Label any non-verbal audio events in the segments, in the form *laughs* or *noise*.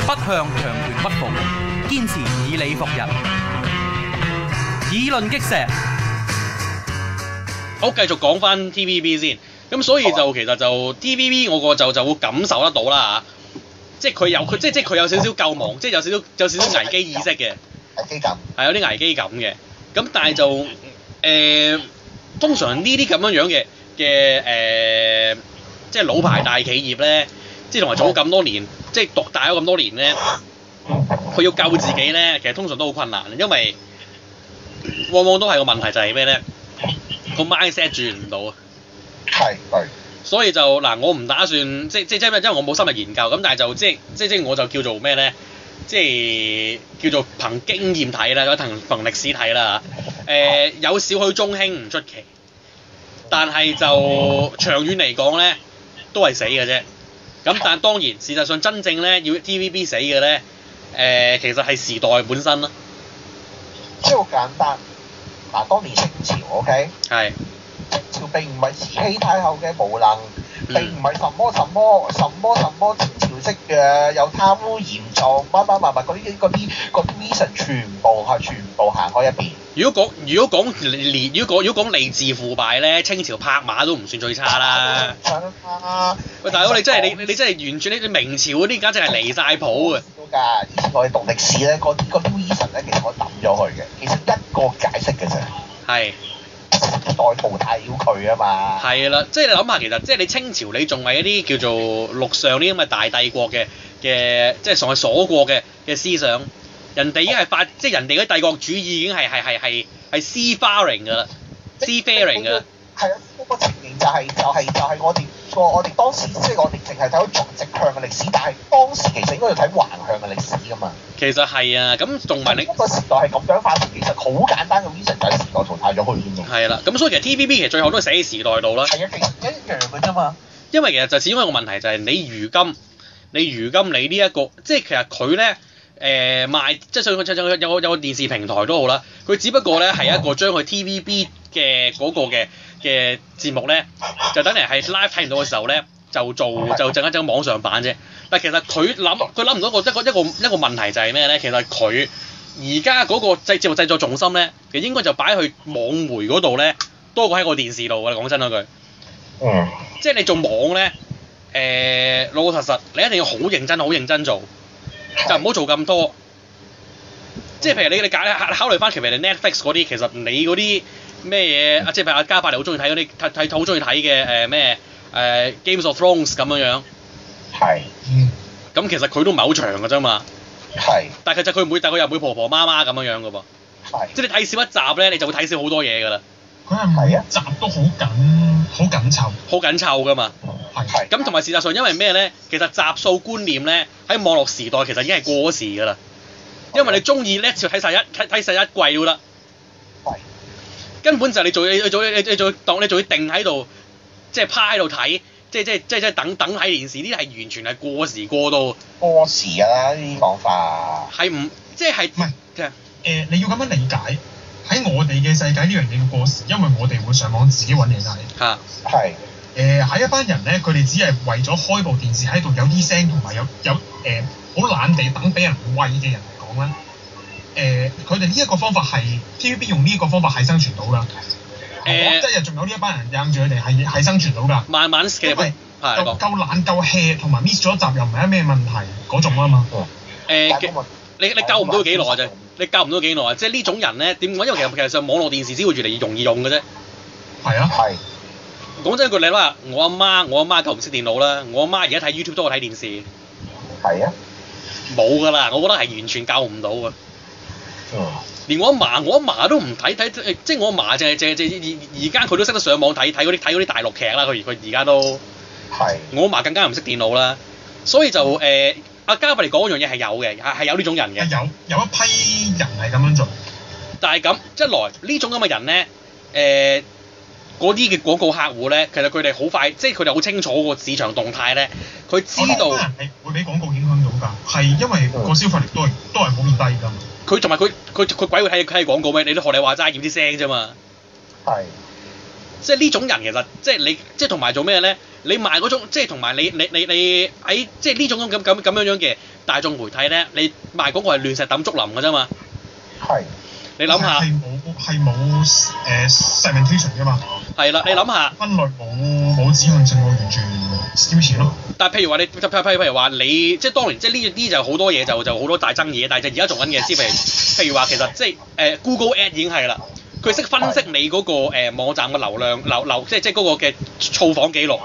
向強權屈服，堅持以理服人，以論擊石。好，繼續講翻 TVB 先。咁所以啊就其實就 TVB 我個就就會感受得到啦嚇，即係佢有佢即係即係佢有少少救亡，即係有少少有少少危機意識嘅，危機感。係有啲危機感嘅。咁但係就誒、呃通常呢啲咁樣樣嘅嘅誒，即係老牌大企業咧，即係同埋做咗咁多年，即係獨大咗咁多年咧，佢要救自己咧，其實通常都好困難，因為往往都係個問題就係咩咧？個 mindset 轉唔到啊！係對，所以就嗱，我唔打算即即即因為我冇深入研究咁，但係就即即即我就叫做咩咧？即係叫做憑經驗睇啦，或者憑憑歷史睇啦誒、有少許中興唔出奇，但係就長遠嚟講咧，都係死嘅啫。咁但當然，事實上真正咧要 TVB 死嘅咧，誒、其實係時代本身啦，即係好簡單。嗱，當年清朝，OK，係清朝並唔係慈禧太后嘅無能，嗯並唔係什麼什麼什麼什麼清朝式嘅有貪污嚴重乜乜乜乜嗰啲嗰啲嗰啲 reason 全部係全部行開一邊。如果講如果講理如果講如果講理智腐敗咧，清朝拍馬都唔算最差啦。啦。啊喂，大佬，你真係你你真係完全你你明朝嗰啲簡直係離晒譜嘅。都㗎，以前我哋讀歷史咧，嗰啲嗰啲 reason 咧，其實我抌咗佢嘅，其實一個解釋嘅啫，係代淘汰咗佢啊嘛。係啦，即係你諗下，其實即係你清朝你仲係一啲叫做陸上呢啲咁嘅大帝國嘅嘅，即係所謂鎖國嘅嘅思想。人哋已經係法，即係人哋嗰啲帝國主義已經係係係係係 seafaring 㗎啦，seafaring 㗎啦。係啊，嗰個情形就係、就係、就係、我哋個我哋當時即係我哋淨係睇到直直向嘅歷史，但係當時其實應該要睇橫向嘅歷史㗎嘛。其實係啊，咁同埋你嗰個時代係咁樣發展，其實好簡單嘅 reason 就係時代淘汰咗佢啫嘛。係啦，咁所以其實 TVB 其實最後都係死喺時代度啦。係啊，其實一樣嘅啫嘛。因為其實就始終有個問題就係你如今，你如今你呢、一個，即係其實佢咧誒賣，即係上上上有個有個電視平台都好啦，佢只不過咧係一個將佢 TVB 嘅嗰個嘅嘅節目咧，就等你係 live 睇唔到嘅時候咧，就做就整一整網上版啫。但其實佢諗佢諗唔到一個一個一個一個問題就係咩咧？其實佢而家嗰個製節目製作重心咧，其實應該就擺去網媒嗰度咧，多過喺個電視度嘅。講真嗰句。嗯。即係你做網咧，誒、老老實實，你一定要好認真、好認真做，就唔好做咁多。即係譬如你你解考考慮翻，其實你 Netflix 嗰啲，其實你嗰啲咩嘢啊，即係譬如阿加百利好中意睇嗰啲睇睇好中意睇嘅誒咩誒 Games of Thrones 咁樣樣，係。咁其實佢都唔係好長㗎啫嘛。係。但係其實佢唔會，但係佢又唔會婆婆媽媽咁樣樣㗎噃。係。即係你睇少一集咧，你就會睇少好多嘢㗎啦，佢係每一集都好緊，好緊湊，好緊湊㗎嘛。係係。咁同埋事實上，因為咩咧？其實集數觀念咧喺網絡時代其實已經係過時㗎啦。因為你中意咧，就睇晒一睇睇晒一季都得，係。根本就係你做你你做你你你做當你仲要定喺度，即係趴喺度睇，即係即係即係即係等等睇電視，呢啲係完全係過時過到過時㗎啦，呢啲講法。係唔即係係唔係即係誒，呃你要咁樣理解喺我哋嘅世界呢樣嘢要過時，因為我哋會上網自己揾嘢睇。嚇係。誒喺一班人咧，佢哋只係為咗開部電視喺度有啲聲，同埋有有誒好懶地等俾人喂嘅人嚟講咧，誒佢哋呢一個方法係 TVB 用呢一個方法係生存到㗎。誒我真係仲有呢一班人撐住佢哋係係生存到㗎，慢慢其實因為係你夠講夠懶夠 hea，同埋 miss 咗一集又唔係咩問題嗰種啊嘛。誒但嘅係我你你救唔到佢幾耐啫？你救唔到佢幾耐啊？即係呢種人咧點講？因為其實其實上網絡電視只會越嚟越容易用嘅啫。係啊，係。講真一句，你話我阿媽，我阿媽就唔識電腦啦。我阿媽而家睇 YouTube 多過睇電視，係啊。冇㗎啦。我覺得係完全教唔到㗎。嗯。連我阿嫲，我阿嫲都唔睇睇，誒即係我阿嫲淨係淨係淨而而家佢都識得上網睇睇嗰啲睇嗰啲大陸劇啦。佢佢而家都，係。我阿嫲更加唔識電腦啦。所以就誒，阿嘉伯嚟講嗰樣嘢係有嘅，係係有呢種人嘅。嗯有有一批人係咁樣做，但係咁一來呢種咁嘅人咧，誒嗰啲嘅廣告客戶咧，其實佢哋好快，即係佢哋好清楚個市場動態咧，佢知道我。啊覺得人係會俾廣告影響到㗎，係因為個消費力都係都係好低㗎嘛。佢同埋佢佢佢鬼會睇睇廣告咩？你都學你話齋要啲聲啫嘛。係。即係呢種人其實即係你即係同埋做咩咧？你賣嗰種即係同埋你你你你喺即係呢種咁咁咁樣樣嘅大眾媒體咧，你賣嗰個係亂石抌竹林㗎啫嘛。係你諗 *laughs* 下，係冇係冇誒 segmentation 㗎嘛，係啦，你諗下。分類冇冇指向性，我完全超前咯。但係譬如話你，譬譬譬如話你，即係當然，即係呢呢就好多嘢就就好多大爭議，但係就而家做緊嘅，即係譬如譬如話其實即係誒 Google Ad 已經係啦，佢識分析你嗰、個誒、網站嘅流量流流，即係即係嗰個嘅造訪記錄。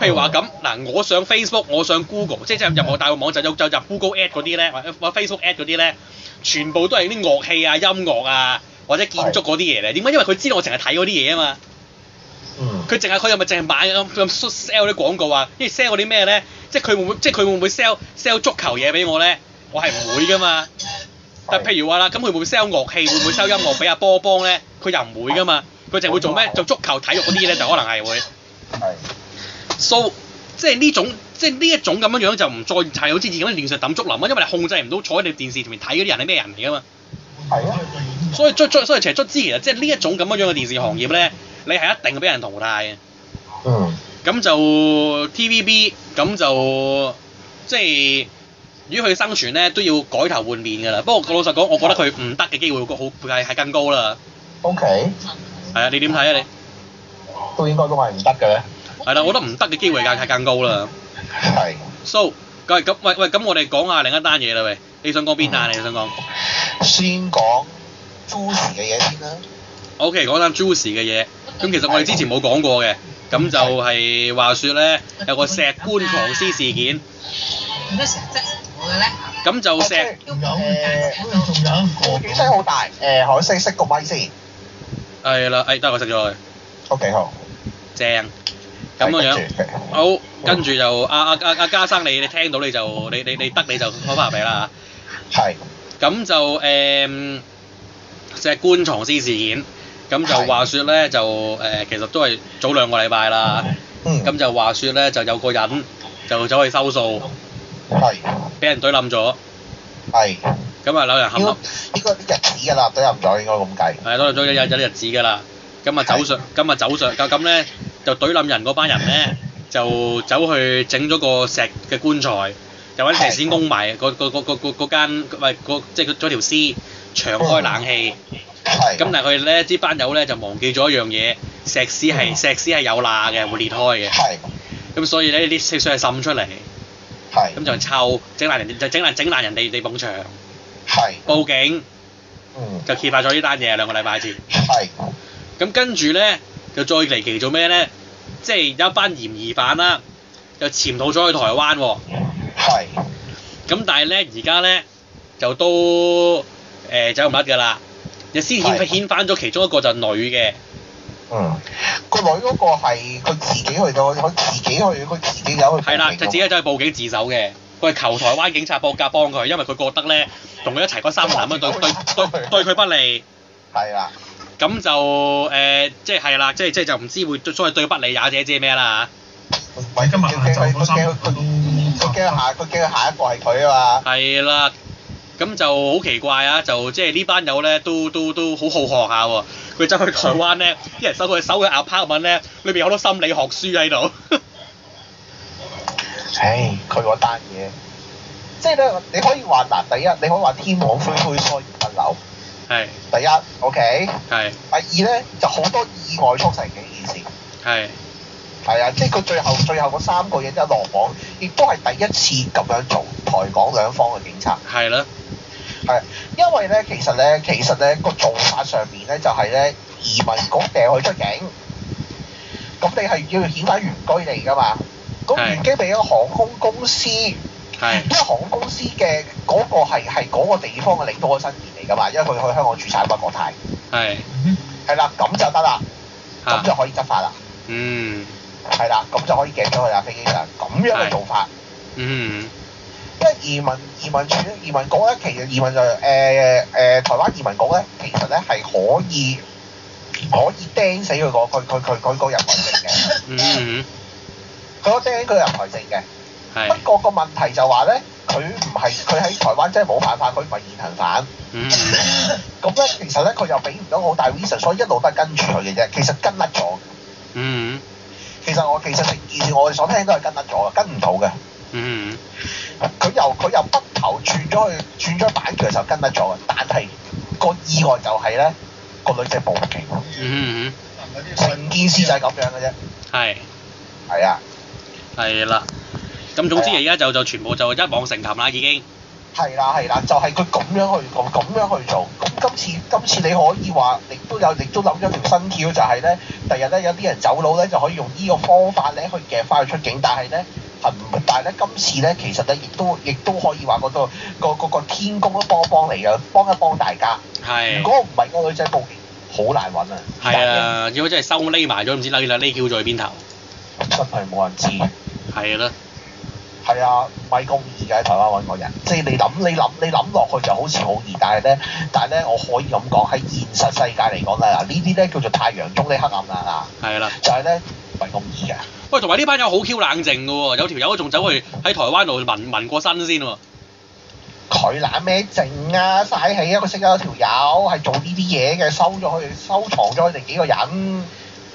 譬如話咁嗱，我上 Facebook，我上 Google，即係即係任何大個網站就就入 Google Ad 嗰啲咧，或者或者 Facebook Ad 嗰啲咧，全部都係啲樂器啊、音樂啊或者建築嗰啲嘢嚟。點解？因為佢知道我淨係睇嗰啲嘢啊嘛。嗯佢淨係佢係咪淨係買咁咁 sell 啲廣告啊？因為 sell 嗰啲咩咧？即係佢會唔會即係佢會唔會 sell sell 足球嘢俾我咧？我係唔會噶嘛。但譬如話啦，咁佢會唔會 sell 樂器？會唔會 sell 音樂俾阿波幫咧？佢又唔會噶嘛。佢淨係會做咩？做足球、體育嗰啲咧，就可能係會。係 so 即係呢種即係呢一種咁樣樣就唔再係好似以前咁樣亂石抌竹林啊，因為你控制唔到坐喺你電視前面睇嗰啲人係咩人嚟噶嘛。係啊，所以卒卒所以其實卒之其實即係呢一種咁樣樣嘅電視行業咧，你係一定俾人淘汰嘅。嗯咁就 TVB 咁就即係如果佢生存咧，都要改頭換面㗎啦。不過老實講，我覺得佢唔得嘅機會好係係更高啦。 ，OK，係啊，你點睇啊？你都應該都係唔得嘅咧，係啦，我覺得唔得嘅機會係係更高啦。係。 So 咁咁喂喂，咁我哋講下另一單嘢啦喂，你想講邊單啊？你想講先講 Juicy 嘅嘢先啦。 ？OK，講單 Juicy 嘅嘢。咁其實我哋之前冇講過嘅，咁就係話說咧有個石棺狂屍事件，點解成日質疑我嘅咧？咁就石誒、仲有誒仲有一我幾聲好大，誒，可惜熄個咪先。啦，誒、得我食咗佢， OK，好。正咁樣樣。好，跟住就啊阿阿阿阿家生你你聽到你就你你你得你就開翻入嚟啦係嚇咁就誒、嗯石棺藏屍事件，咁就話說咧就誒、其實都係早兩個禮拜啦，嗯咁就話說咧就有個人就走去收數，係俾人懟冧咗，係咁啊有人冚應該冧，呢個啲日子㗎啦，都入咗應該咁計。係懟冧咗有有啲日子㗎啦，咁啊走上咁啊走上咁咁咧就懟冧人嗰班人咧就走去整咗個石嘅棺材。就揾石屎供埋嗰嗰嗰嗰嗰嗰間，喂嗰即係嗰條屍長開冷氣。係咁但係佢咧，呢班友咧就忘記咗一樣嘢，石屎係石屎係有罅嘅，會裂開嘅。係咁所以咧啲色水係滲出嚟，係咁就臭，整爛人哋就整爛整爛人哋哋埲牆。係報警嗯就揭發咗呢單嘢兩個禮拜前。係咁跟住咧就再離奇做咩咧？即係有一班嫌疑犯啦，就潛逃咗去台灣喎。係咁但係咧，而家咧就都誒、呃走唔甩㗎啦。又先遣係遣返咗其中一個就女嘅，嗯個女嗰個係佢自己去到，佢自己去，佢自己有去係啦，就自己走去報警自首嘅。佢係求台灣警察報價幫佢，因為佢覺得咧同佢一齊嗰三個男人對對對對佢不利，係啦，咁就誒、呃即係係啦，即係即係就唔知會所謂對不利也者即係咩啦喂，今日晏晝嗰三個都佢驚下佢驚下一個係佢啊嘛，嚇。係啦，咁就好奇怪啊！就即係呢班友咧都都都好好學下喎。佢走去台灣 *laughs* 咧，啲人搜佢搜佢 apartment 咧，裏邊有好多心理學書喺度。 *laughs* 唉佢嗰單嘢，即係咧你可以話嗱，第一你可以話天網恢恢疏而不漏，係第一 OK，係第二咧就好多意外促成嘅件事。係係啊，即係佢最後最後嗰三個嘢真係落網，亦都係第一次咁樣做台港兩方嘅警察。係啦，係，因為咧其實咧其實咧個做法上面咧就係、咧移民局掉佢出境，咁你係要遣返原居嚟㗎嘛？咁係原居俾一個航空公司，因係為航空公司嘅嗰個係係嗰個地方嘅領導嘅身份嚟㗎嘛，因為佢去香港註冊過國泰，係係啦，咁就得啦，咁就嚇，可以執法啦，嗯係啦，咁就可以夾咗佢啦飛機上，咁樣嘅做法。嗯因為移民移民處移民局咧，其實移民就誒誒、呃呃台灣移民局咧，其實咧係可以可以釘死佢個佢佢佢佢個人台證嘅，嗯嗯佢可以釘佢個人台證嘅。係不過個問題就話咧，佢唔係佢喺台灣真係冇辦法，佢唔係現行犯。嗯咁咧其實咧佢又俾唔到好大 reason，所以一路都係跟住佢嘅啫。其實跟甩咗，嗯其實我其實成件事我哋所聽都係跟得咗嘅，跟唔到嘅。嗯佢由佢由北頭轉咗去轉咗板橋嘅時候跟得咗嘅，但係個意外就係咧個女仔報警，嗯嗯，成件事就係咁樣嘅啫。係係啊，係啦。咁總之而家就就全部就一網成擒啦，已經。係啦，係啦，就係佢咁樣去咁咁樣去做。咁今次今次你可以話，你都有，你都諗咗條新橋，就係咧，第日咧有啲人走佬咧就可以用呢個方法咧去夾翻佢出境，但係咧。係唔但係咧，今次咧，其實咧，亦都亦都可以話嗰個個個個天公都幫一幫你嘅，幫一幫大家。如係。果唔係個女仔報警，好難揾啊！係，啊，如果真係收匿埋咗，唔知匿啦匿叫咗去邊頭。真係冇人知。係啦，係啊，唔係咁易嘅喺台灣揾個人，即係你諗你諗你諗落去就好似好易，但係咧，但係咧，我可以咁講喺現實世界嚟講咧，嗱呢啲咧叫做太陽中的黑暗啦係啦。嗱，就係咧唔係咁易嘅，喂，同埋呢班友好 Q 冷靜嘅喎，有條友仲走去喺台灣度紋紋過身先喎。佢攬咩證啊，嘥氣啊，佢識咗條友係做呢啲嘢嘅，收咗佢收藏咗佢哋幾個人，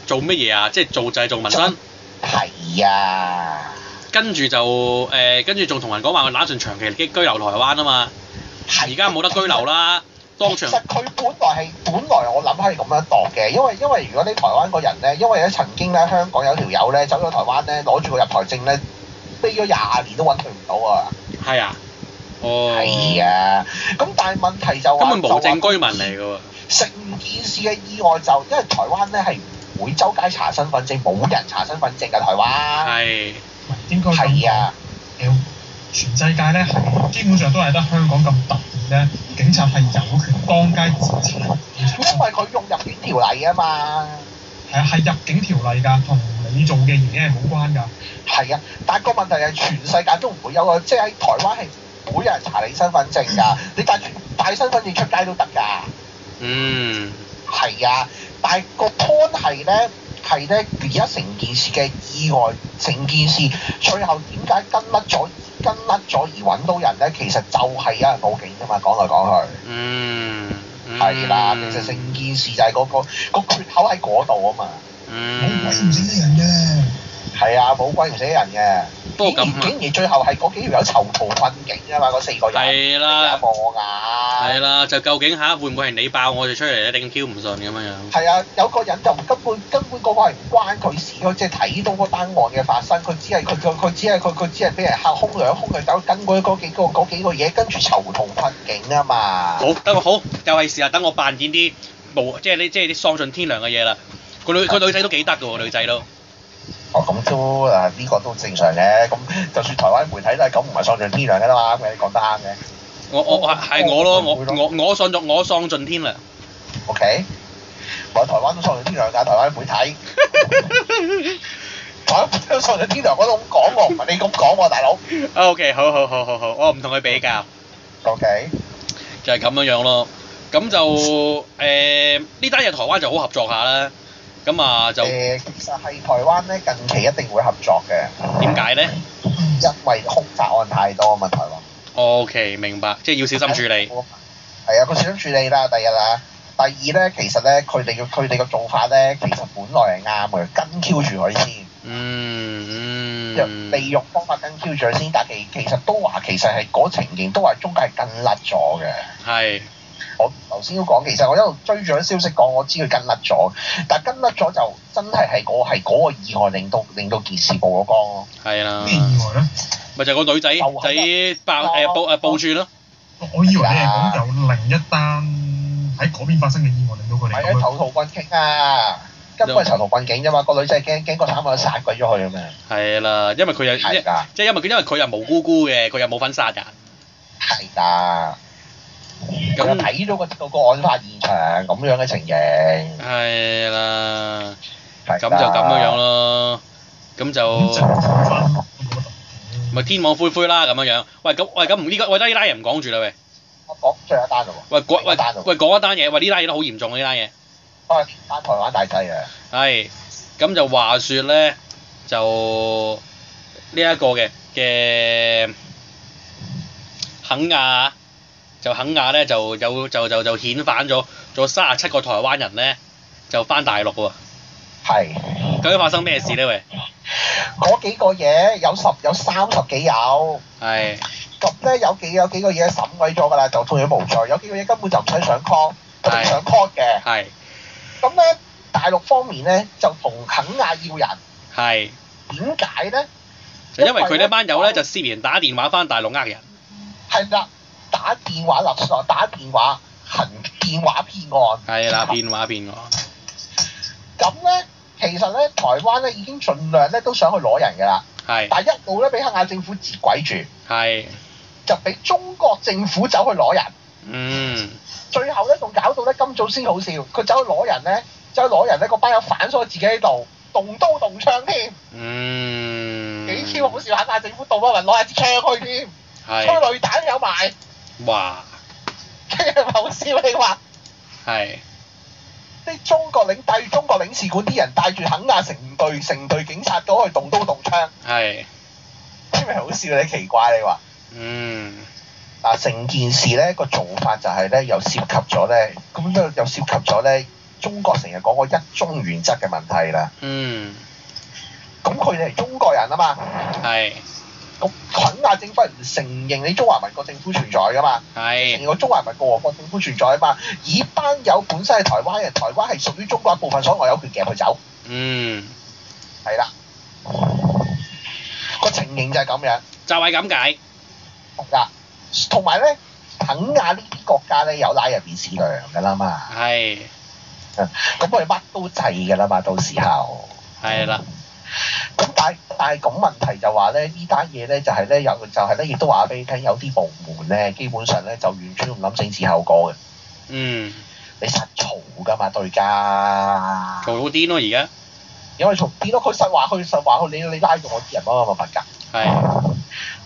做乜嘢啊？即係做就係做紋身，係啊，跟住就誒、呃跟住仲同人講話佢打算長期居留台灣啊嘛。係而家冇得居留啦，當場其實佢本來係本來我諗係咁樣度嘅，因為因為如果你台灣個人咧，因為咧曾經咧香港有條友咧走咗台灣咧，攞住個入台證咧，飛咗廿年都揾佢唔到啊！係啊，哦，係啊，咁但係問題就話根本無證居民就話嚟嘅喎，成件事嘅意外就因為台灣咧係唔會周街查身份證，冇人查身份證㗎台灣。係應該咁係啊，屌全世界咧係基本上都係得香港咁特別咧，警察係有權當街截查。因為佢用入境條例啊嘛。係啊，係入境條例㗎，同你做嘅嘢係冇關㗎。係啊，但係個問題係全世界都唔會有個，啊即係喺台灣係唔會有人查你身份證㗎，你帶住帶身份證出街都得㗎。嗯係啊，但係個 point 係咧，係咧而家成件事嘅意外，成件事最後點解跟甩咗，跟甩咗而揾到人咧？其實就係有人報警㗎嘛，講來講去。嗯，嗯係啦，其實成件事就係嗰、個、個缺口喺嗰度啊嘛。嗯，人嘅。係啊，冇鬼唔死人嘅。不過咁竟然啊，竟然最後係嗰幾條友囚徒困境啊嘛，嗰四個人。係啦，望啊！係啦，就究竟下會唔會係你爆我哋出嚟咧？頂 Q 唔順咁樣樣，係啊，有個人就根本根本嗰個係唔關佢事，佢即係睇到嗰單案嘅發生，佢只係佢佢佢只係佢佢只係俾人嚇空兩空嘅走，跟嗰嗰幾個嗰幾個嘢，跟住囚徒困境啊嘛。好得我好，又係時候等我扮演啲無即係呢即係啲喪盡天良嘅嘢啦。個女個女仔都幾得嘅喎，女仔都哦，咁都啊呢個都正常嘅，咁就算台灣媒體都係咁，唔係喪盡天良㗎啦嘛，咁你講得啱嘅我我係我咯，我我我喪盡我喪盡天良。 ，OK。我喺台灣都喪盡天良㗎，台灣媒體，台灣媒體都喪盡天良，我都咁講喎，唔係你咁講喎，大佬。 O K，好好好好好，我唔同佢比較。 OK。就係咁樣樣咯。咁就誒呢單嘢台灣就好合作下啦。咁啊就誒、其實係台灣咧近期一定會合作嘅，點解咧因為兇殺案太多啊嘛，台灣。 ？O K，明白，即係要小心處理。係啊，佢小心處理啦，第一啦。第二咧，其實咧，佢哋嘅佢哋嘅做法咧，其實本來係啱嘅，跟 Q 住佢先，嗯嗯，利用方法跟 Q 住佢先。但其其實都話，其實係嗰情形都話中間係跟甩咗嘅。係我頭先都講，其實我一路追住啲消息講，我知佢跟甩咗，但跟甩咗就真係係嗰係嗰個意外令到令到件事曝咗光咯。係啦咩，意外咧？咪就係個女仔就係仔爆誒報誒報串咯。我我以為你係啊講有另一單喺嗰邊發生嘅意外令到佢哋係咁啊，樣。囚徒困境啊，根本係囚徒困境啫嘛。個女仔驚驚個慘案殺鬼咗佢咁樣。係啦，因為佢又係㗎，即係因為佢因為佢又無辜辜嘅，佢又冇份殺人。係㗎。咁又咁睇到個個個案發現場咁樣嘅情形。係啦，係㗎咁就咁樣樣。咯。咁咁就就。翻嗰個特咪天網恢恢啦咁樣樣。喂，咁喂咁唔呢個喂呢單嘢唔講住啦喂。我講最後一單嘞喎。喂講喂呢單嘞喎喂講一單嘢，喂呢單嘢都好嚴重啊呢單嘢。我係單台灣大劑啊。係咁就話説咧，就呢一個嘅嘅肯亞啊就肯亞咧就有就就就遣返咗咗三十七個台灣人咧，就翻大陸喎。係究竟發生咩事咧？喂，嗰幾個嘢有十有三十幾有。係咁咧有幾有幾個嘢審鬼咗㗎啦，就判佢無罪；有幾個嘢根本就唔使上 court，就唔上 court 嘅。係咁咧大陸方面咧就同肯亞要人，係，點解咧？就因為佢呢班友咧就涉嫌打電話翻大陸呃人，係啦，打電話勒索，打電話行電話騙案。*laughs* 係啦，電話騙我，咁咧，其實咧，台灣咧已經盡量咧都想去攞人㗎啦，係但係一路咧俾黑亞政府截鬼住，係，就俾中國政府走去攞人。嗯最後咧仲搞到咧今早先好笑，佢走去攞人咧，走去攞人咧，個班友反鎖自己喺度，動刀動槍添，嗯，幾 Q 好笑！肯亞政府到啊，攞下支槍去添，催係，淚彈有 *laughs* 埋，哇，跟住好笑你話。係啲中國領帶住中國領事館啲人帶住肯亞成隊成隊警察都去動刀動槍，係，真係好笑你奇怪你話。嗯嗱，成件事咧個做法就係咧，又涉及咗咧，咁都又涉及咗咧，中國成日講個一中原則嘅問題啦。嗯咁佢哋係中國人啊嘛，係咁肯亞政府係唔承認你中華民國政府存在噶嘛，承係認個中華民共和國政府存在啊嘛。以班友本身係台灣人，台灣係屬於中國一部分，所以我有權夾佢走，嗯，係啦。個情形就係咁樣，就係咁解，同㗎。同埋咧，肯亞呢啲國家咧有拉入面市糧㗎啦嘛。係咁佢乜都制㗎啦嘛，到時候。係啦，咁但係但係咁問題就話咧，呢單嘢咧就係咧有就係咧，亦都話俾你聽，有啲部門咧基本上咧就完全唔諗政治後果嘅，嗯，你實嘈㗎嘛對家，做到癲咯而家，因為從變咗佢實話佢實話佢你你拉咗我啲人乜乜乜㗎，係，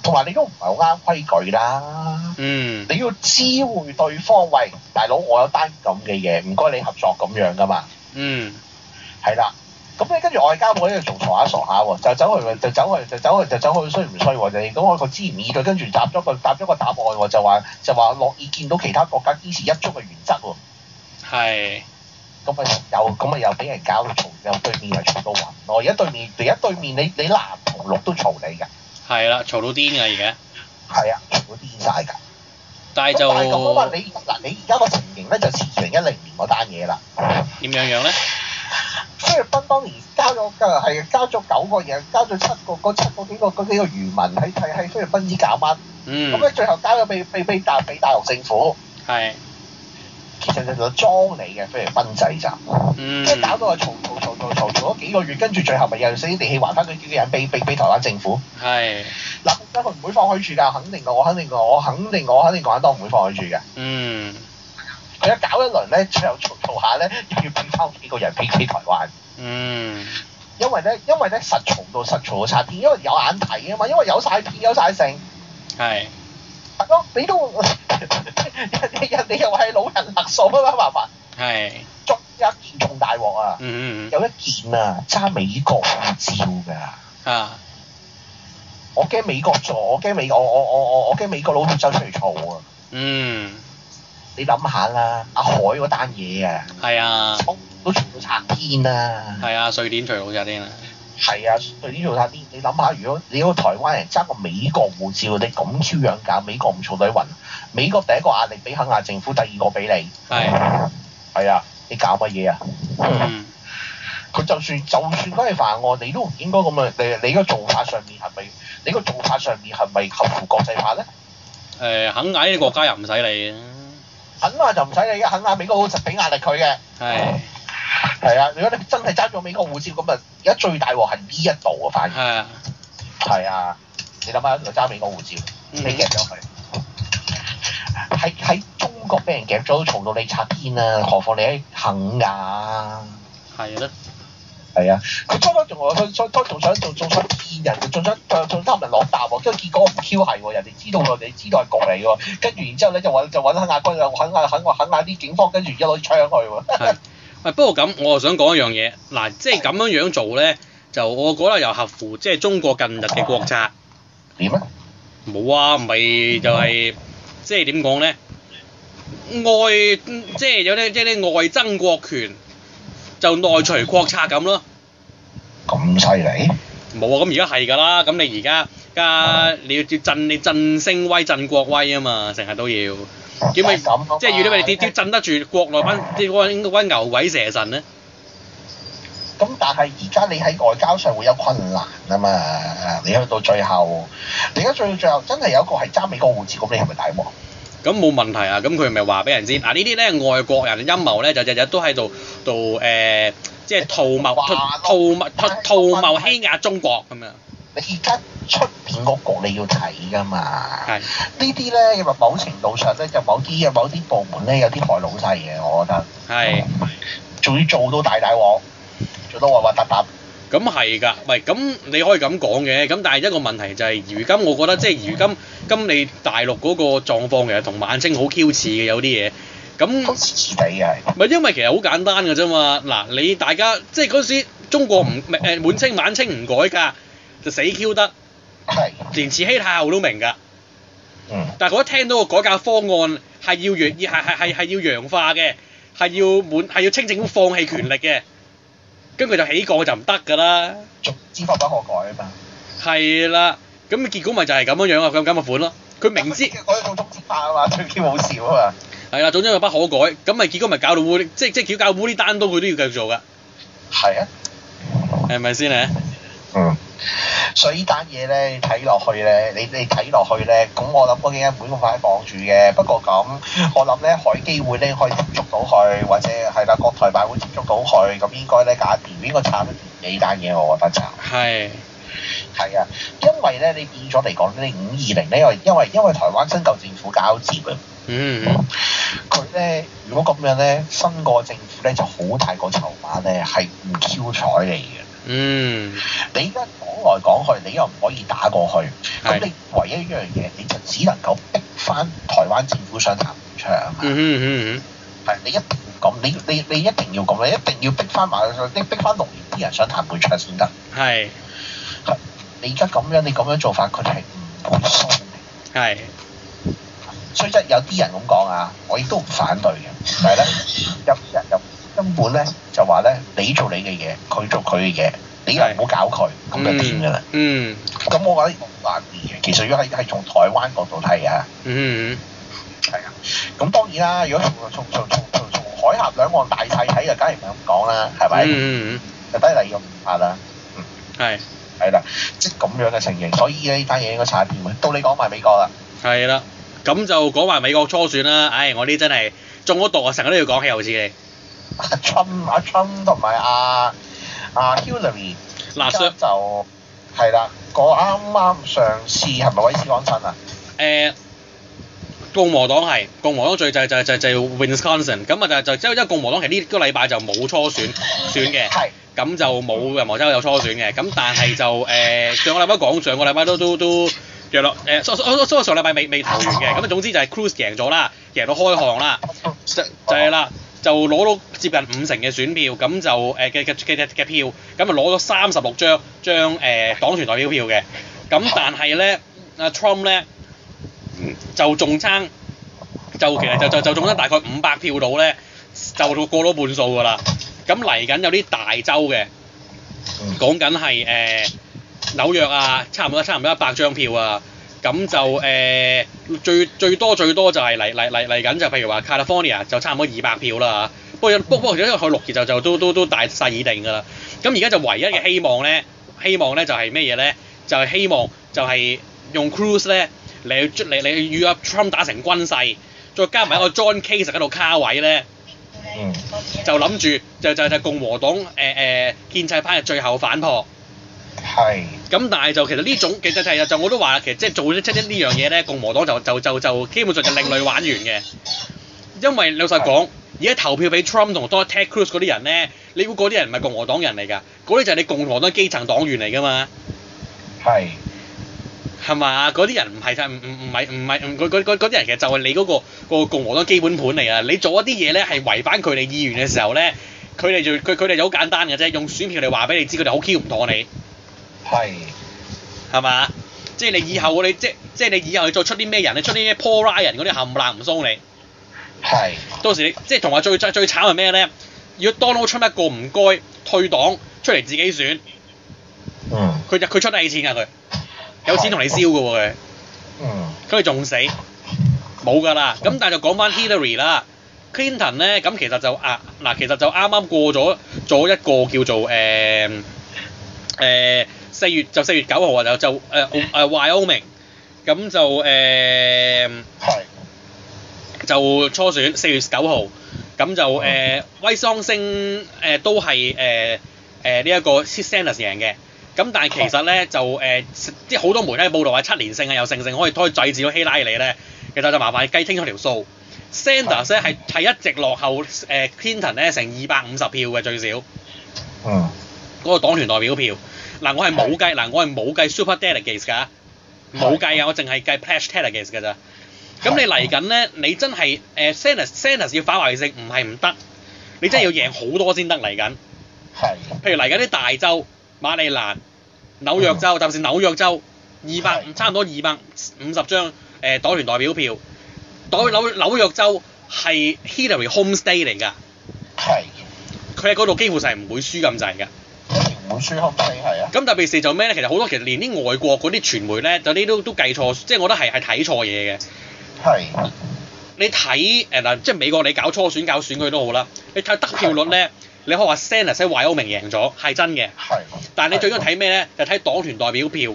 同埋你都唔係好啱規矩啦。嗯你要知會對方，喂，大佬，我有單咁嘅嘢，唔該你合作咁樣㗎嘛。嗯係啦。咁你跟住外交部咧就仲傻下傻下喎，就走去就走去就走去就走去衰唔衰喎？你咁我個支唔意對，跟住答咗個答咗個答案喎，就話就話樂意見到其他國家堅持一中嘅原則喎，係，咁咪又咁啊咪又俾人搞到嘈，又對面又嘈到暈咯。而家對面而家對面你你藍同綠都嘈你㗎，係啦，嘈到癲㗎而家，係啊，嘈到癲晒㗎。但係咁但係咁啊嘛，就你嗱你而家個情形咧就似二零一零年嗰單嘢啦。點樣樣咧？菲律賓當年交咗嘅係交咗九個嘢，交咗七個嗰七個幾個嗰幾個漁民喺喺喺菲律賓依搞乜？嗯咁，咧最後交咗俾俾俾大俾大陸政府，係，其實就裝你嘅菲律賓制就，嗯即係搞到我嘈嘈嘈嘈嘈嘈咗幾個月，跟住最後咪又死地氣還翻佢幾個人俾俾俾台灣政府。係，嗱，咁佢唔會放佢住㗎，肯定我肯定我肯定我肯定港黨唔會放佢住嘅。嗯佢一搞一輪咧，最後嘈嘈下咧，又要變翻幾個人俾俾台灣。嗯因為咧，因為咧實嘈到實嘈到拆片，因為有眼睇啊嘛，因為有晒片有晒成，係，係咯，你都 *laughs* 人哋人哋又係老人勒索啊嘛，麻煩，係，仲有一件重大鑊啊，嗯嗯有一件啊揸美國護照㗎，嗯啊，我驚美國做，我驚美我我我我我驚美國佬會走出嚟嘈啊！嗯，你諗下啦，阿海嗰單嘢啊，係啊，嘈都嘈到拆天啊！係啊，瑞典除老咋啲啊，係啊，對呢度睇啲，你諗下，如果你個台灣人揸個美國護照，你咁超樣搞，美國唔嘈女雲，美國第一個壓力俾肯亞政府，第二個俾你，係，係啊，你搞乜嘢啊？嗯佢就算就算佢係犯案，你都唔應該咁樣，你你個做法上面係咪？你個做法上面係咪合乎國際法咧？誒，肯亞呢啲國家又唔使理啊，肯亞就唔使理嘅，肯亞美國佬實俾壓力佢嘅，係係啊。如果你真係揸咗美國護照，咁啊，而家最大鑊係呢一度啊，反而係啊，係啊，你諗下喺度揸美國護照。你嗯夾咗佢。喺喺中國俾人夾咗，都嘈到你拆天啊！何況你喺肯亞，係啊咯，係啊！佢初初仲話佢初初仲想仲仲想見人，仲想仲仲想人落搭喎，跟住結果唔 Q 係喎，人哋知道喎，你知道係局嚟喎，跟住然之後咧就揾就揾肯亞軍，又肯亞肯亞肯亞啲警方，跟住一攞槍佢喎，係。喂，不過咁，我又想講一樣嘢，嗱，即係咁樣樣做咧，就我覺得又合乎即係中國近日嘅國策。點啊？冇啊，唔係就係、即係點講咧？外即係有啲即係啲外爭國權，就內除擴拆咁咯。咁犀利？冇啊，咁而家係㗎啦，咁你而家家你要要振你振聲威、振國威啊嘛，成日都要。咁咪咁啊嘛即係如果你點點振得住國內班 *laughs* 啲嗰班牛鬼蛇神咧？咁但係依家你喺外交上會有困難啊嘛，你去到最後，你而家最到最後真係有一個係揸美國護照，咁你係咪大鑊？咁冇問題啊！咁佢咪話俾人知嗱，呢啲咧外國人陰謀咧就日日都喺度度誒，即係圖謀圖圖謀圖謀欺壓中國咁樣，你而家出邊嗰個你要睇噶嘛？係呢啲咧，因為某程度上咧，就某啲嘅某啲部門咧，有啲害老細嘅，我覺得，哦係。仲要做到大大鑊，做到核核突突。咁係㗎，喂，咁你可以咁講嘅，咁但係一個問題就係、如今我覺得即係如今今你大陸嗰個狀況其實同晚清好 Q 似嘅有啲嘢，都咁黐黐地嘅，咪因為其實好簡單㗎啫嘛，嗱你大家即係嗰時中國唔咪誒滿清晚清唔改㗎，就死 Q 得，係，連慈禧太后都明㗎，嗯，但係我一聽到個改革方案係要洋係係係係要洋化嘅，係要滿係要清政府放棄權力嘅，咁佢就起降就唔得㗎啦。逐知法不可改啊嘛。係啦，咁結果咪就係咁樣樣啊，咁咁嘅款咯。佢明知嗰種中式化啊嘛，最 Q 好笑啊嘛。係啦，總之佢不可改，咁咪結果咪搞到烏哩，即即係搞烏哩單刀，佢都要繼續做㗎，係啊，係咪先啊咧？嗯。所以呢單嘢咧，你睇落去咧，你你睇落去咧，咁我諗嗰幾間本咁快綁住嘅。不過咁，我諗咧海基會咧可以接觸到佢，或者係啦，國台辦會接觸到佢，咁應該咧搞掂，應該撐得掂呢單嘢，我覺得就。啊係係啊，因為咧你變咗嚟講，你五二零咧，因為因為因為台灣新舊政府交接啊。嗯佢咧，如果咁樣咧，新個政府咧就好大個籌碼咧，係唔 Q 彩你嘅。嗯你而家講來講去，你又唔可以打過去，咁係你唯一一樣嘢，你就只能夠逼翻台灣政府上談判桌啊嘛。嗯嗯嗯係、你一定要咁，你你你一定要咁，你一定要逼翻埋，你逼翻六年啲人上談判桌先得。嗯，係你而家咁樣，你咁樣做法，佢哋係唔會收你。係雖則有啲人咁講啊，我亦都唔反對嘅，但係 *laughs* 咧有啲人就根本咧就話咧，你做你嘅嘢，佢做佢嘅嘢，你又唔好搞佢，咁 Ừ. 就點㗎啦？嗯咁、我覺得好難啲嘅。其實如果係係從台灣角度睇啊，嗯嗯係啊，咁當然啦，如果從從從從從從海峽兩岸大勢睇就梗係唔係咁講啦，係 Ừ, 咪？嗯嗯就低你個法啦，係係啦，即係咁樣嘅情形，所以呢單嘢應該踩邊嘅。到你講埋美國啦，係啦，咁就講埋美國初選啦。唉，我呢真係中咗毒啊，成日都要講起好似你。阿 Trump 阿 Trump 同埋阿阿 Hillary。嗱上就係啦，個啱啱上次係咪威斯康辛啊？誒共和黨係共和黨最就就就就 Wisconsin，咁啊就就因為因為共和黨係呢個禮拜就冇初選選嘅，係咁就冇任何州有初選嘅，咁但係就誒、上個禮拜講上個禮拜都都都約落誒，所所所上禮拜未未投完嘅，咁啊總之就係 Cruz 贏咗啦，贏到開行啦，就就係啦。就攞到接近五成嘅選票，咁就誒嘅嘅嘅嘅嘅票，咁啊攞咗三十六張張誒、黨團代表票嘅，咁但係咧，阿 Trump 咧就仲爭，就其實就就就仲爭大概五百票到咧，就到過到半數㗎啦。咁嚟緊有啲大州嘅，講緊係誒紐約啊，差唔多差唔多一百張票啊。咁就誒、呃最最多最多就係嚟嚟嚟嚟緊就譬如話 California 就差唔多二百票啦嚇。不過不不過因為佢六月就就都都都大勢已定㗎啦。咁而家就唯一嘅希望咧，希望咧就係咩嘢咧？就係、希望就係用 Cruz 咧嚟去嚟嚟與阿 Trump 打成軍勢，再加埋一個 John Kasich 喺度卡位咧。嗯，就諗住就就就共和黨誒誒、建制派係最後反撲。係咁但係就其實呢種其實就係就我都話啦，其實即係做咗即係呢樣嘢咧，共和黨就就就就基本上就另類玩完嘅。因為老實講，而家投票俾 Trump 同 Donald Ted Cruz 嗰啲人咧，你估嗰啲人唔係共和黨人嚟㗎？嗰啲就係你共和黨基層黨員嚟㗎嘛，係係嘛？嗰啲人唔係就唔唔唔係唔係唔嗰嗰嗰嗰啲人其實就係你嗰、個、個共和黨基本盤嚟啊！你做一啲嘢咧係違反佢哋意願嘅時候咧，佢哋就佢佢哋就好簡單嘅啫，用選票嚟話俾你知佢哋好 Q 唔妥你。係係嘛？即係你以後你即即係你以後你再出啲咩人，你出啲咩 Paul Ryan 嗰啲冚唪唥唔鬆你。係到時你即係同埋最最最慘係咩咧？如果 Donald Trump 一個唔該退黨出嚟自己選，嗯佢就佢出得起錢㗎佢，有錢同你燒㗎喎佢。嗯佢哋仲死，冇㗎啦。咁但係就講翻 Hillary 啦，Clinton 咧，咁其實就啊嗱，其實就啱啱過咗咗一個叫做誒誒四月就四月九號啊，就就誒誒 Wyoming，咁就誒、係就初選四月九號，咁就誒、威桑星誒、呃都係誒誒呢一個 Sanders 贏嘅。咁但係其實咧就誒、呃即係好多媒體報道話七連勝啊，又勝勝可以可以制止到希拉里咧，其實就麻煩你計清楚條數。Sanders 咧係係一直落後誒、Clinton 咧成二百五十票嘅最少嗰、嗯個黨團代表票。嗱我係冇計嗱我係冇計 Super Delegates 㗎，冇計啊，我淨係計 Pledge Delegates 㗎咋。咁你嚟緊咧，你真係誒、Sanders Sanders 要反華性唔係唔得，你真係要贏好多先得嚟緊。係譬如嚟緊啲大州，馬里蘭、紐約州，特別是紐約州，二百係差唔多二百五十張誒、呃、黨團代表票，紐紐紐約州係 Hillary home state 嚟㗎，係佢喺嗰度幾乎就係唔會輸咁滯㗎。唔會輸空地係啊，咁特別是就咩咧？其實好多其實連啲外國嗰啲傳媒咧，有啲都都計錯，即係我覺得係係睇錯嘢嘅。係你睇誒嗱，即係美國你搞初選搞選舉都好啦，你睇得票率咧，你可以話 Sanders 喺 Wyoming 贏咗係真嘅，係。但係你最緊要睇咩咧？就睇黨團代表票，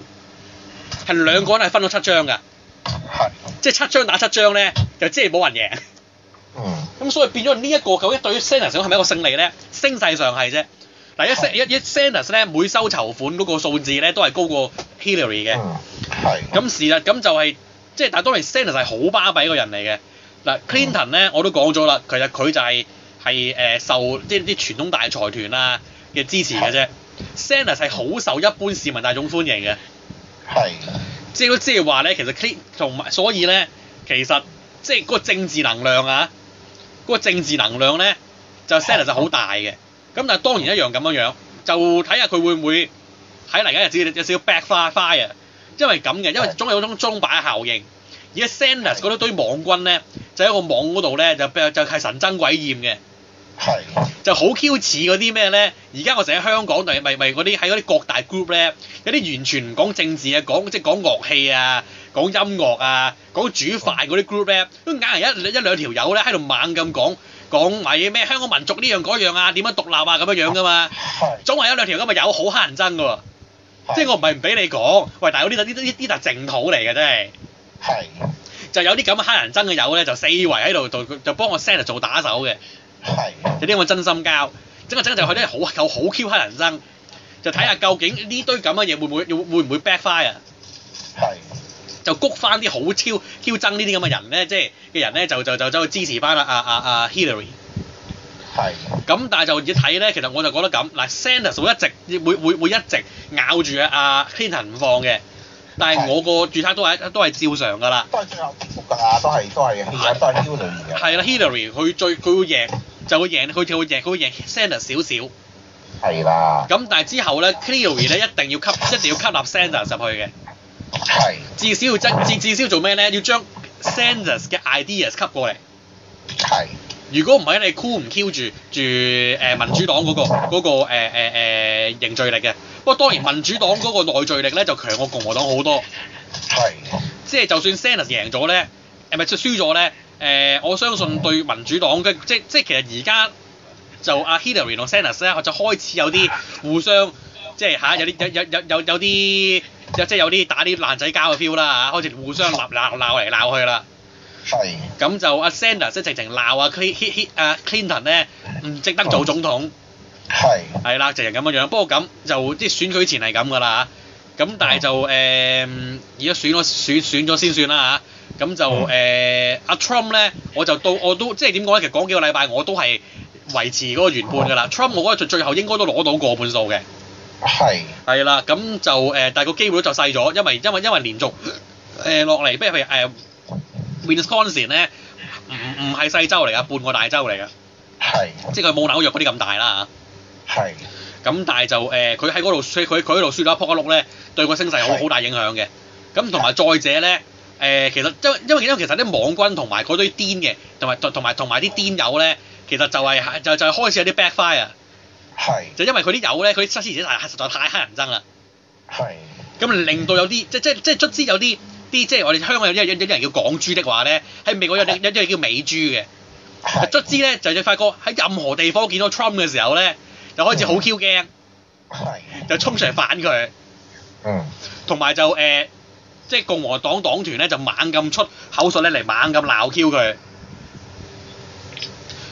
係兩個人係分咗七張㗎，係即係七張打七張咧，就即係冇人贏。嗯咁所以變咗呢一個究竟對於 Sanders 嚟講係咪一個勝利咧？升勢上係啫。嗱一 Sa- 一一 Sanders 咧每收籌款嗰個數字咧都係高過 Hillary 嘅。嗯係咁是啦，咁就係、即係但係當然 Sanders 係好巴閉一個人嚟嘅。嗱 Clinton 咧我都講咗啦，其實佢就係係誒受即係啲傳統大財團啊嘅支持嘅啫。Sanders 係好受一般市民大眾歡迎嘅，係即係都即係話咧，其實 Clin 同埋所以咧，其實即係嗰個政治能量啊，嗰、個政治能量咧就 Sanders 就好大嘅。咁但係當然一樣咁樣樣，就睇下佢會唔會喺嚟緊日子有少少 backfire，因為咁嘅，因為總有種鐘擺效應。而家 Sanders 嗰堆網軍咧，就喺個網嗰度咧，就比較就係神憎鬼厭嘅，係就好 Q 似嗰啲咩咧？而家我成日喺香港咪咪咪嗰啲喺嗰啲各大 group 咧，有啲完全唔講政治啊，講即係講樂器啊，講音樂啊，講煮飯嗰啲 group 咧，都硬係一一兩條友咧喺度猛咁講講埋嘢咩香港民族呢樣嗰樣啊，點樣獨立啊咁樣樣噶嘛，係總係有兩條咁嘅友好乞人憎㗎喎。即係我唔係唔俾你講，喂大佬呢度呢呢呢笪淨土嚟嘅真係，係就有啲咁嘅黑人憎嘅友咧，就四圍喺度度就幫我 send 做打手嘅，係有啲咁嘅真心交，整個整就佢啲好有好 Q 黑人憎，就睇下究竟呢堆咁嘅嘢會唔會會唔會 backfire，係就谷翻啲好超 Q 憎呢啲咁嘅人咧，即係嘅人咧就就就走去支持翻啊啊啊啊 Hillary。係咁但係就一睇咧，其實我就覺得咁嗱，Sanders 會一直會會會一直咬住阿 Clinton 唔放嘅，但係係我個註冊都係都係照常㗎啦。都係最後結局㗎啦，都係都係而家都係 h i l l 嘅，係啦，Hillary 佢最佢會贏就會贏，佢就會贏，佢會贏 Sanders 少少。係啦，咁但係之後咧，Hillary 咧一定要吸一定要吸納 Sanders 入去嘅，係至少要真至至少做咩咧？要將 Sanders 嘅 ideas 吸過嚟。係如果唔係你箍唔 Q 住住誒、呃民主黨嗰、個嗰、個誒誒誒凝聚力嘅，不過當然民主黨嗰個內聚力咧就強過共和黨好多，係即係就算 Sanders 贏咗咧，誒咪即係輸咗咧，誒、我相信對民主黨嘅即即其實而家就阿 Hillary 同 Sanders 咧就開始有啲互相即係嚇、有啲有有有有有啲有即係有啲打啲爛仔交嘅 feel 啦嚇，開始互相鬧鬧鬧嚟鬧去啦。係咁就阿 Sanders 即係直情鬧啊 Clin- Hi- Hi- 啊 Clinton 咧唔值得做總統，係係啦，直情咁樣樣。不過咁就即係選舉前係咁噶啦嚇，咁但係就誒而家選咗選選咗先算啦嚇，咁就誒嗯阿、Trump 咧，我就到我都即係點講咧？其實講幾個禮拜我都係維持嗰個原判㗎啦。Trump 我覺得最最後應該都攞到過半數嘅，係係啦，咁就誒、但係個機會率就細咗，因為因為因為連續誒落嚟，譬如譬如誒、Wisconsin 咧，唔唔係細州嚟噶，半個大州嚟噶，係即係佢冇紐約嗰啲咁大啦係嚇。咁但係就誒，呃佢喺嗰度佢佢佢喺度輸到一撲一碌咧，對個聲勢好好大影響嘅。咁同埋再者咧，誒、其實因為因為因為其實啲網軍同埋嗰堆癲嘅，同埋同埋同埋啲癲友咧，其實就係、就就係開始有啲 backfire，係就因為佢啲友咧，佢啲失事者實在太乞人憎啦，係咁令到有啲即即即卒之有啲啲即係我哋香港有啲有啲人叫港豬的話咧，喺美國有啲有啲人叫美豬嘅，係卒之咧就你發覺喺任何地方見到 Trump 嘅時候咧，就開始好 Q 驚，係就衝上嚟反佢。嗯同埋就誒、呃即係共和黨黨團咧就猛咁出口述咧嚟猛咁鬧 Q 佢。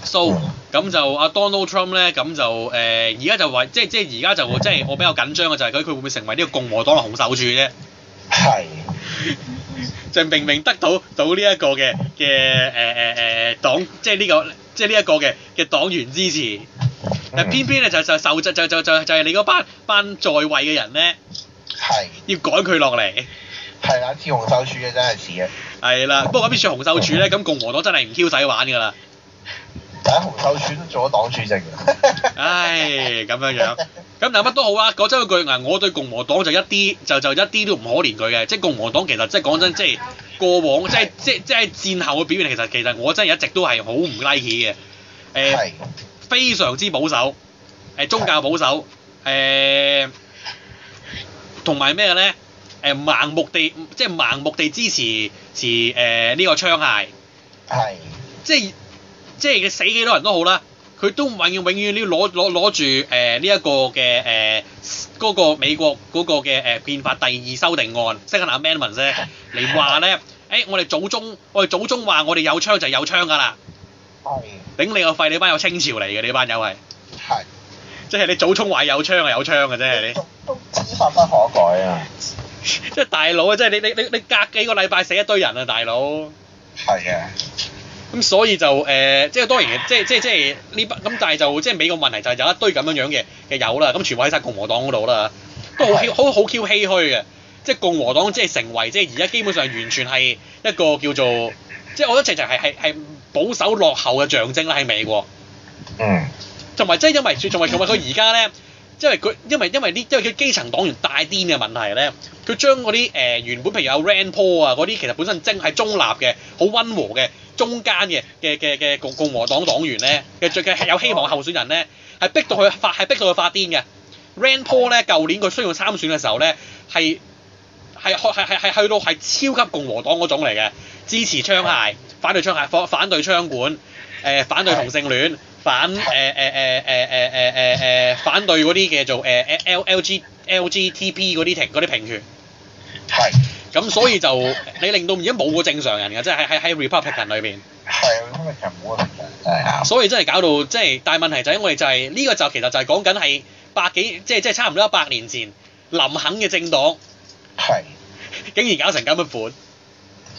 so 嗯咁就阿 Donald Trump 咧，咁就誒而家就話，即係即係而家就會即係我比較緊張嘅就係佢佢會唔會成為呢個共和黨嘅紅手柱啫？係就明明得到到呢一個嘅嘅誒誒誒黨，即係呢、個即係呢一個嘅嘅黨員支持，但偏偏咧就就受就就就就就係你嗰班班在位嘅人咧，係要趕佢落嚟。係啦，似紅手鼠嘅真係似嘅，係啦，不過咁邊算紅秀柱咧？咁共和黨真係唔 Q 使玩㗎啦，但係紅手鼠都做咗黨主席嘅，唉咁樣樣。咁但 *laughs* 係乜啊都好啦，講真嗰句嗱，我對共和黨就一啲就就一啲都唔可憐佢嘅，即係共和黨其實即係講真，即係過往即係即係即係戰後嘅表現，其實其實我真係一直都係好唔 like 嘅，誒、係非常之保守，誒、宗教保守，誒同埋咩咧？誒、盲目地即係盲目地支持持誒呢、個槍械。係即係即係佢死幾多人都好啦，佢都永遠永遠都要攞攞攞住誒呢一個嘅誒嗰個美國嗰個嘅誒、呃、憲法第二修訂案 Second Amendment 啫嚟話咧，誒、我哋祖宗我哋祖宗話我哋有槍就有槍㗎啦，係頂你個肺！你班有清朝嚟嘅，你班友係，係，即係你祖宗話有槍係有槍嘅啫，你都都知法不可改啊，即係大佬啊！即係你你你你隔幾個禮拜死一堆人啊，大佬！係啊，咁所以就誒、呃即係當然，即係即係即係呢班咁，但係就即係美國問題就係有一堆咁樣樣嘅嘅友啦，咁全部喺晒共和黨嗰度啦，都好係好好 Q 唏噓嘅，即係共和黨即係成為即係而家基本上完全係一個叫做，即係我覺得直情係係係保守落後嘅象徵啦喺美國，嗯同埋即係因為仲埋同埋佢而家咧。因為佢因為因為呢因為佢基層黨員大癲嘅問題咧，佢將嗰啲誒原本譬如有 Rand Paul 啊嗰啲，其實本身精係中立嘅、好温和嘅、中間嘅嘅嘅嘅共共和黨黨員咧嘅最嘅有希望嘅候選人咧，係逼到佢發係逼到佢發癲嘅。Rand Paul 咧，舊年佢需要參選嘅時候咧，係係係係係去到係超級共和黨嗰種嚟嘅，支持槍械、反對槍械、反反對槍管、誒、反對同性戀、反誒誒誒誒誒誒誒誒反對嗰啲嘅做誒 L L G L G T P 嗰啲平嗰啲平權。係。咁所以就你令到而家冇個正常人嘅，即係喺喺喺 Republican 裏邊，係，咁咪其實冇乜嘢，真係啱。所以真係搞到即係，但係問題就係因為就係、呢、個就其實就係講緊係百幾，即係即係差唔多一百年前林肯嘅政黨，係，竟然搞成咁嘅款。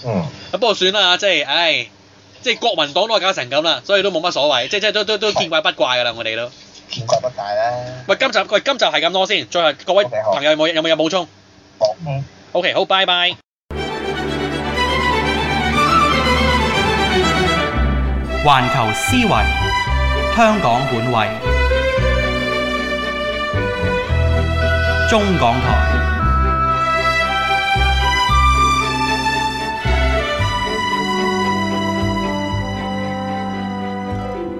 嗯，啊不過算啦，即係唉，即係國民黨都係搞成咁啦，所以都冇乜所謂，即係即係都都都見怪不怪㗎啦，我哋都。見怪不怪啦。喂，今集喂今集係咁多先，最後各位 OK，好朋友有冇有冇有補充冇。 ？OK，好，拜拜。環球思維，香港本位，中港台。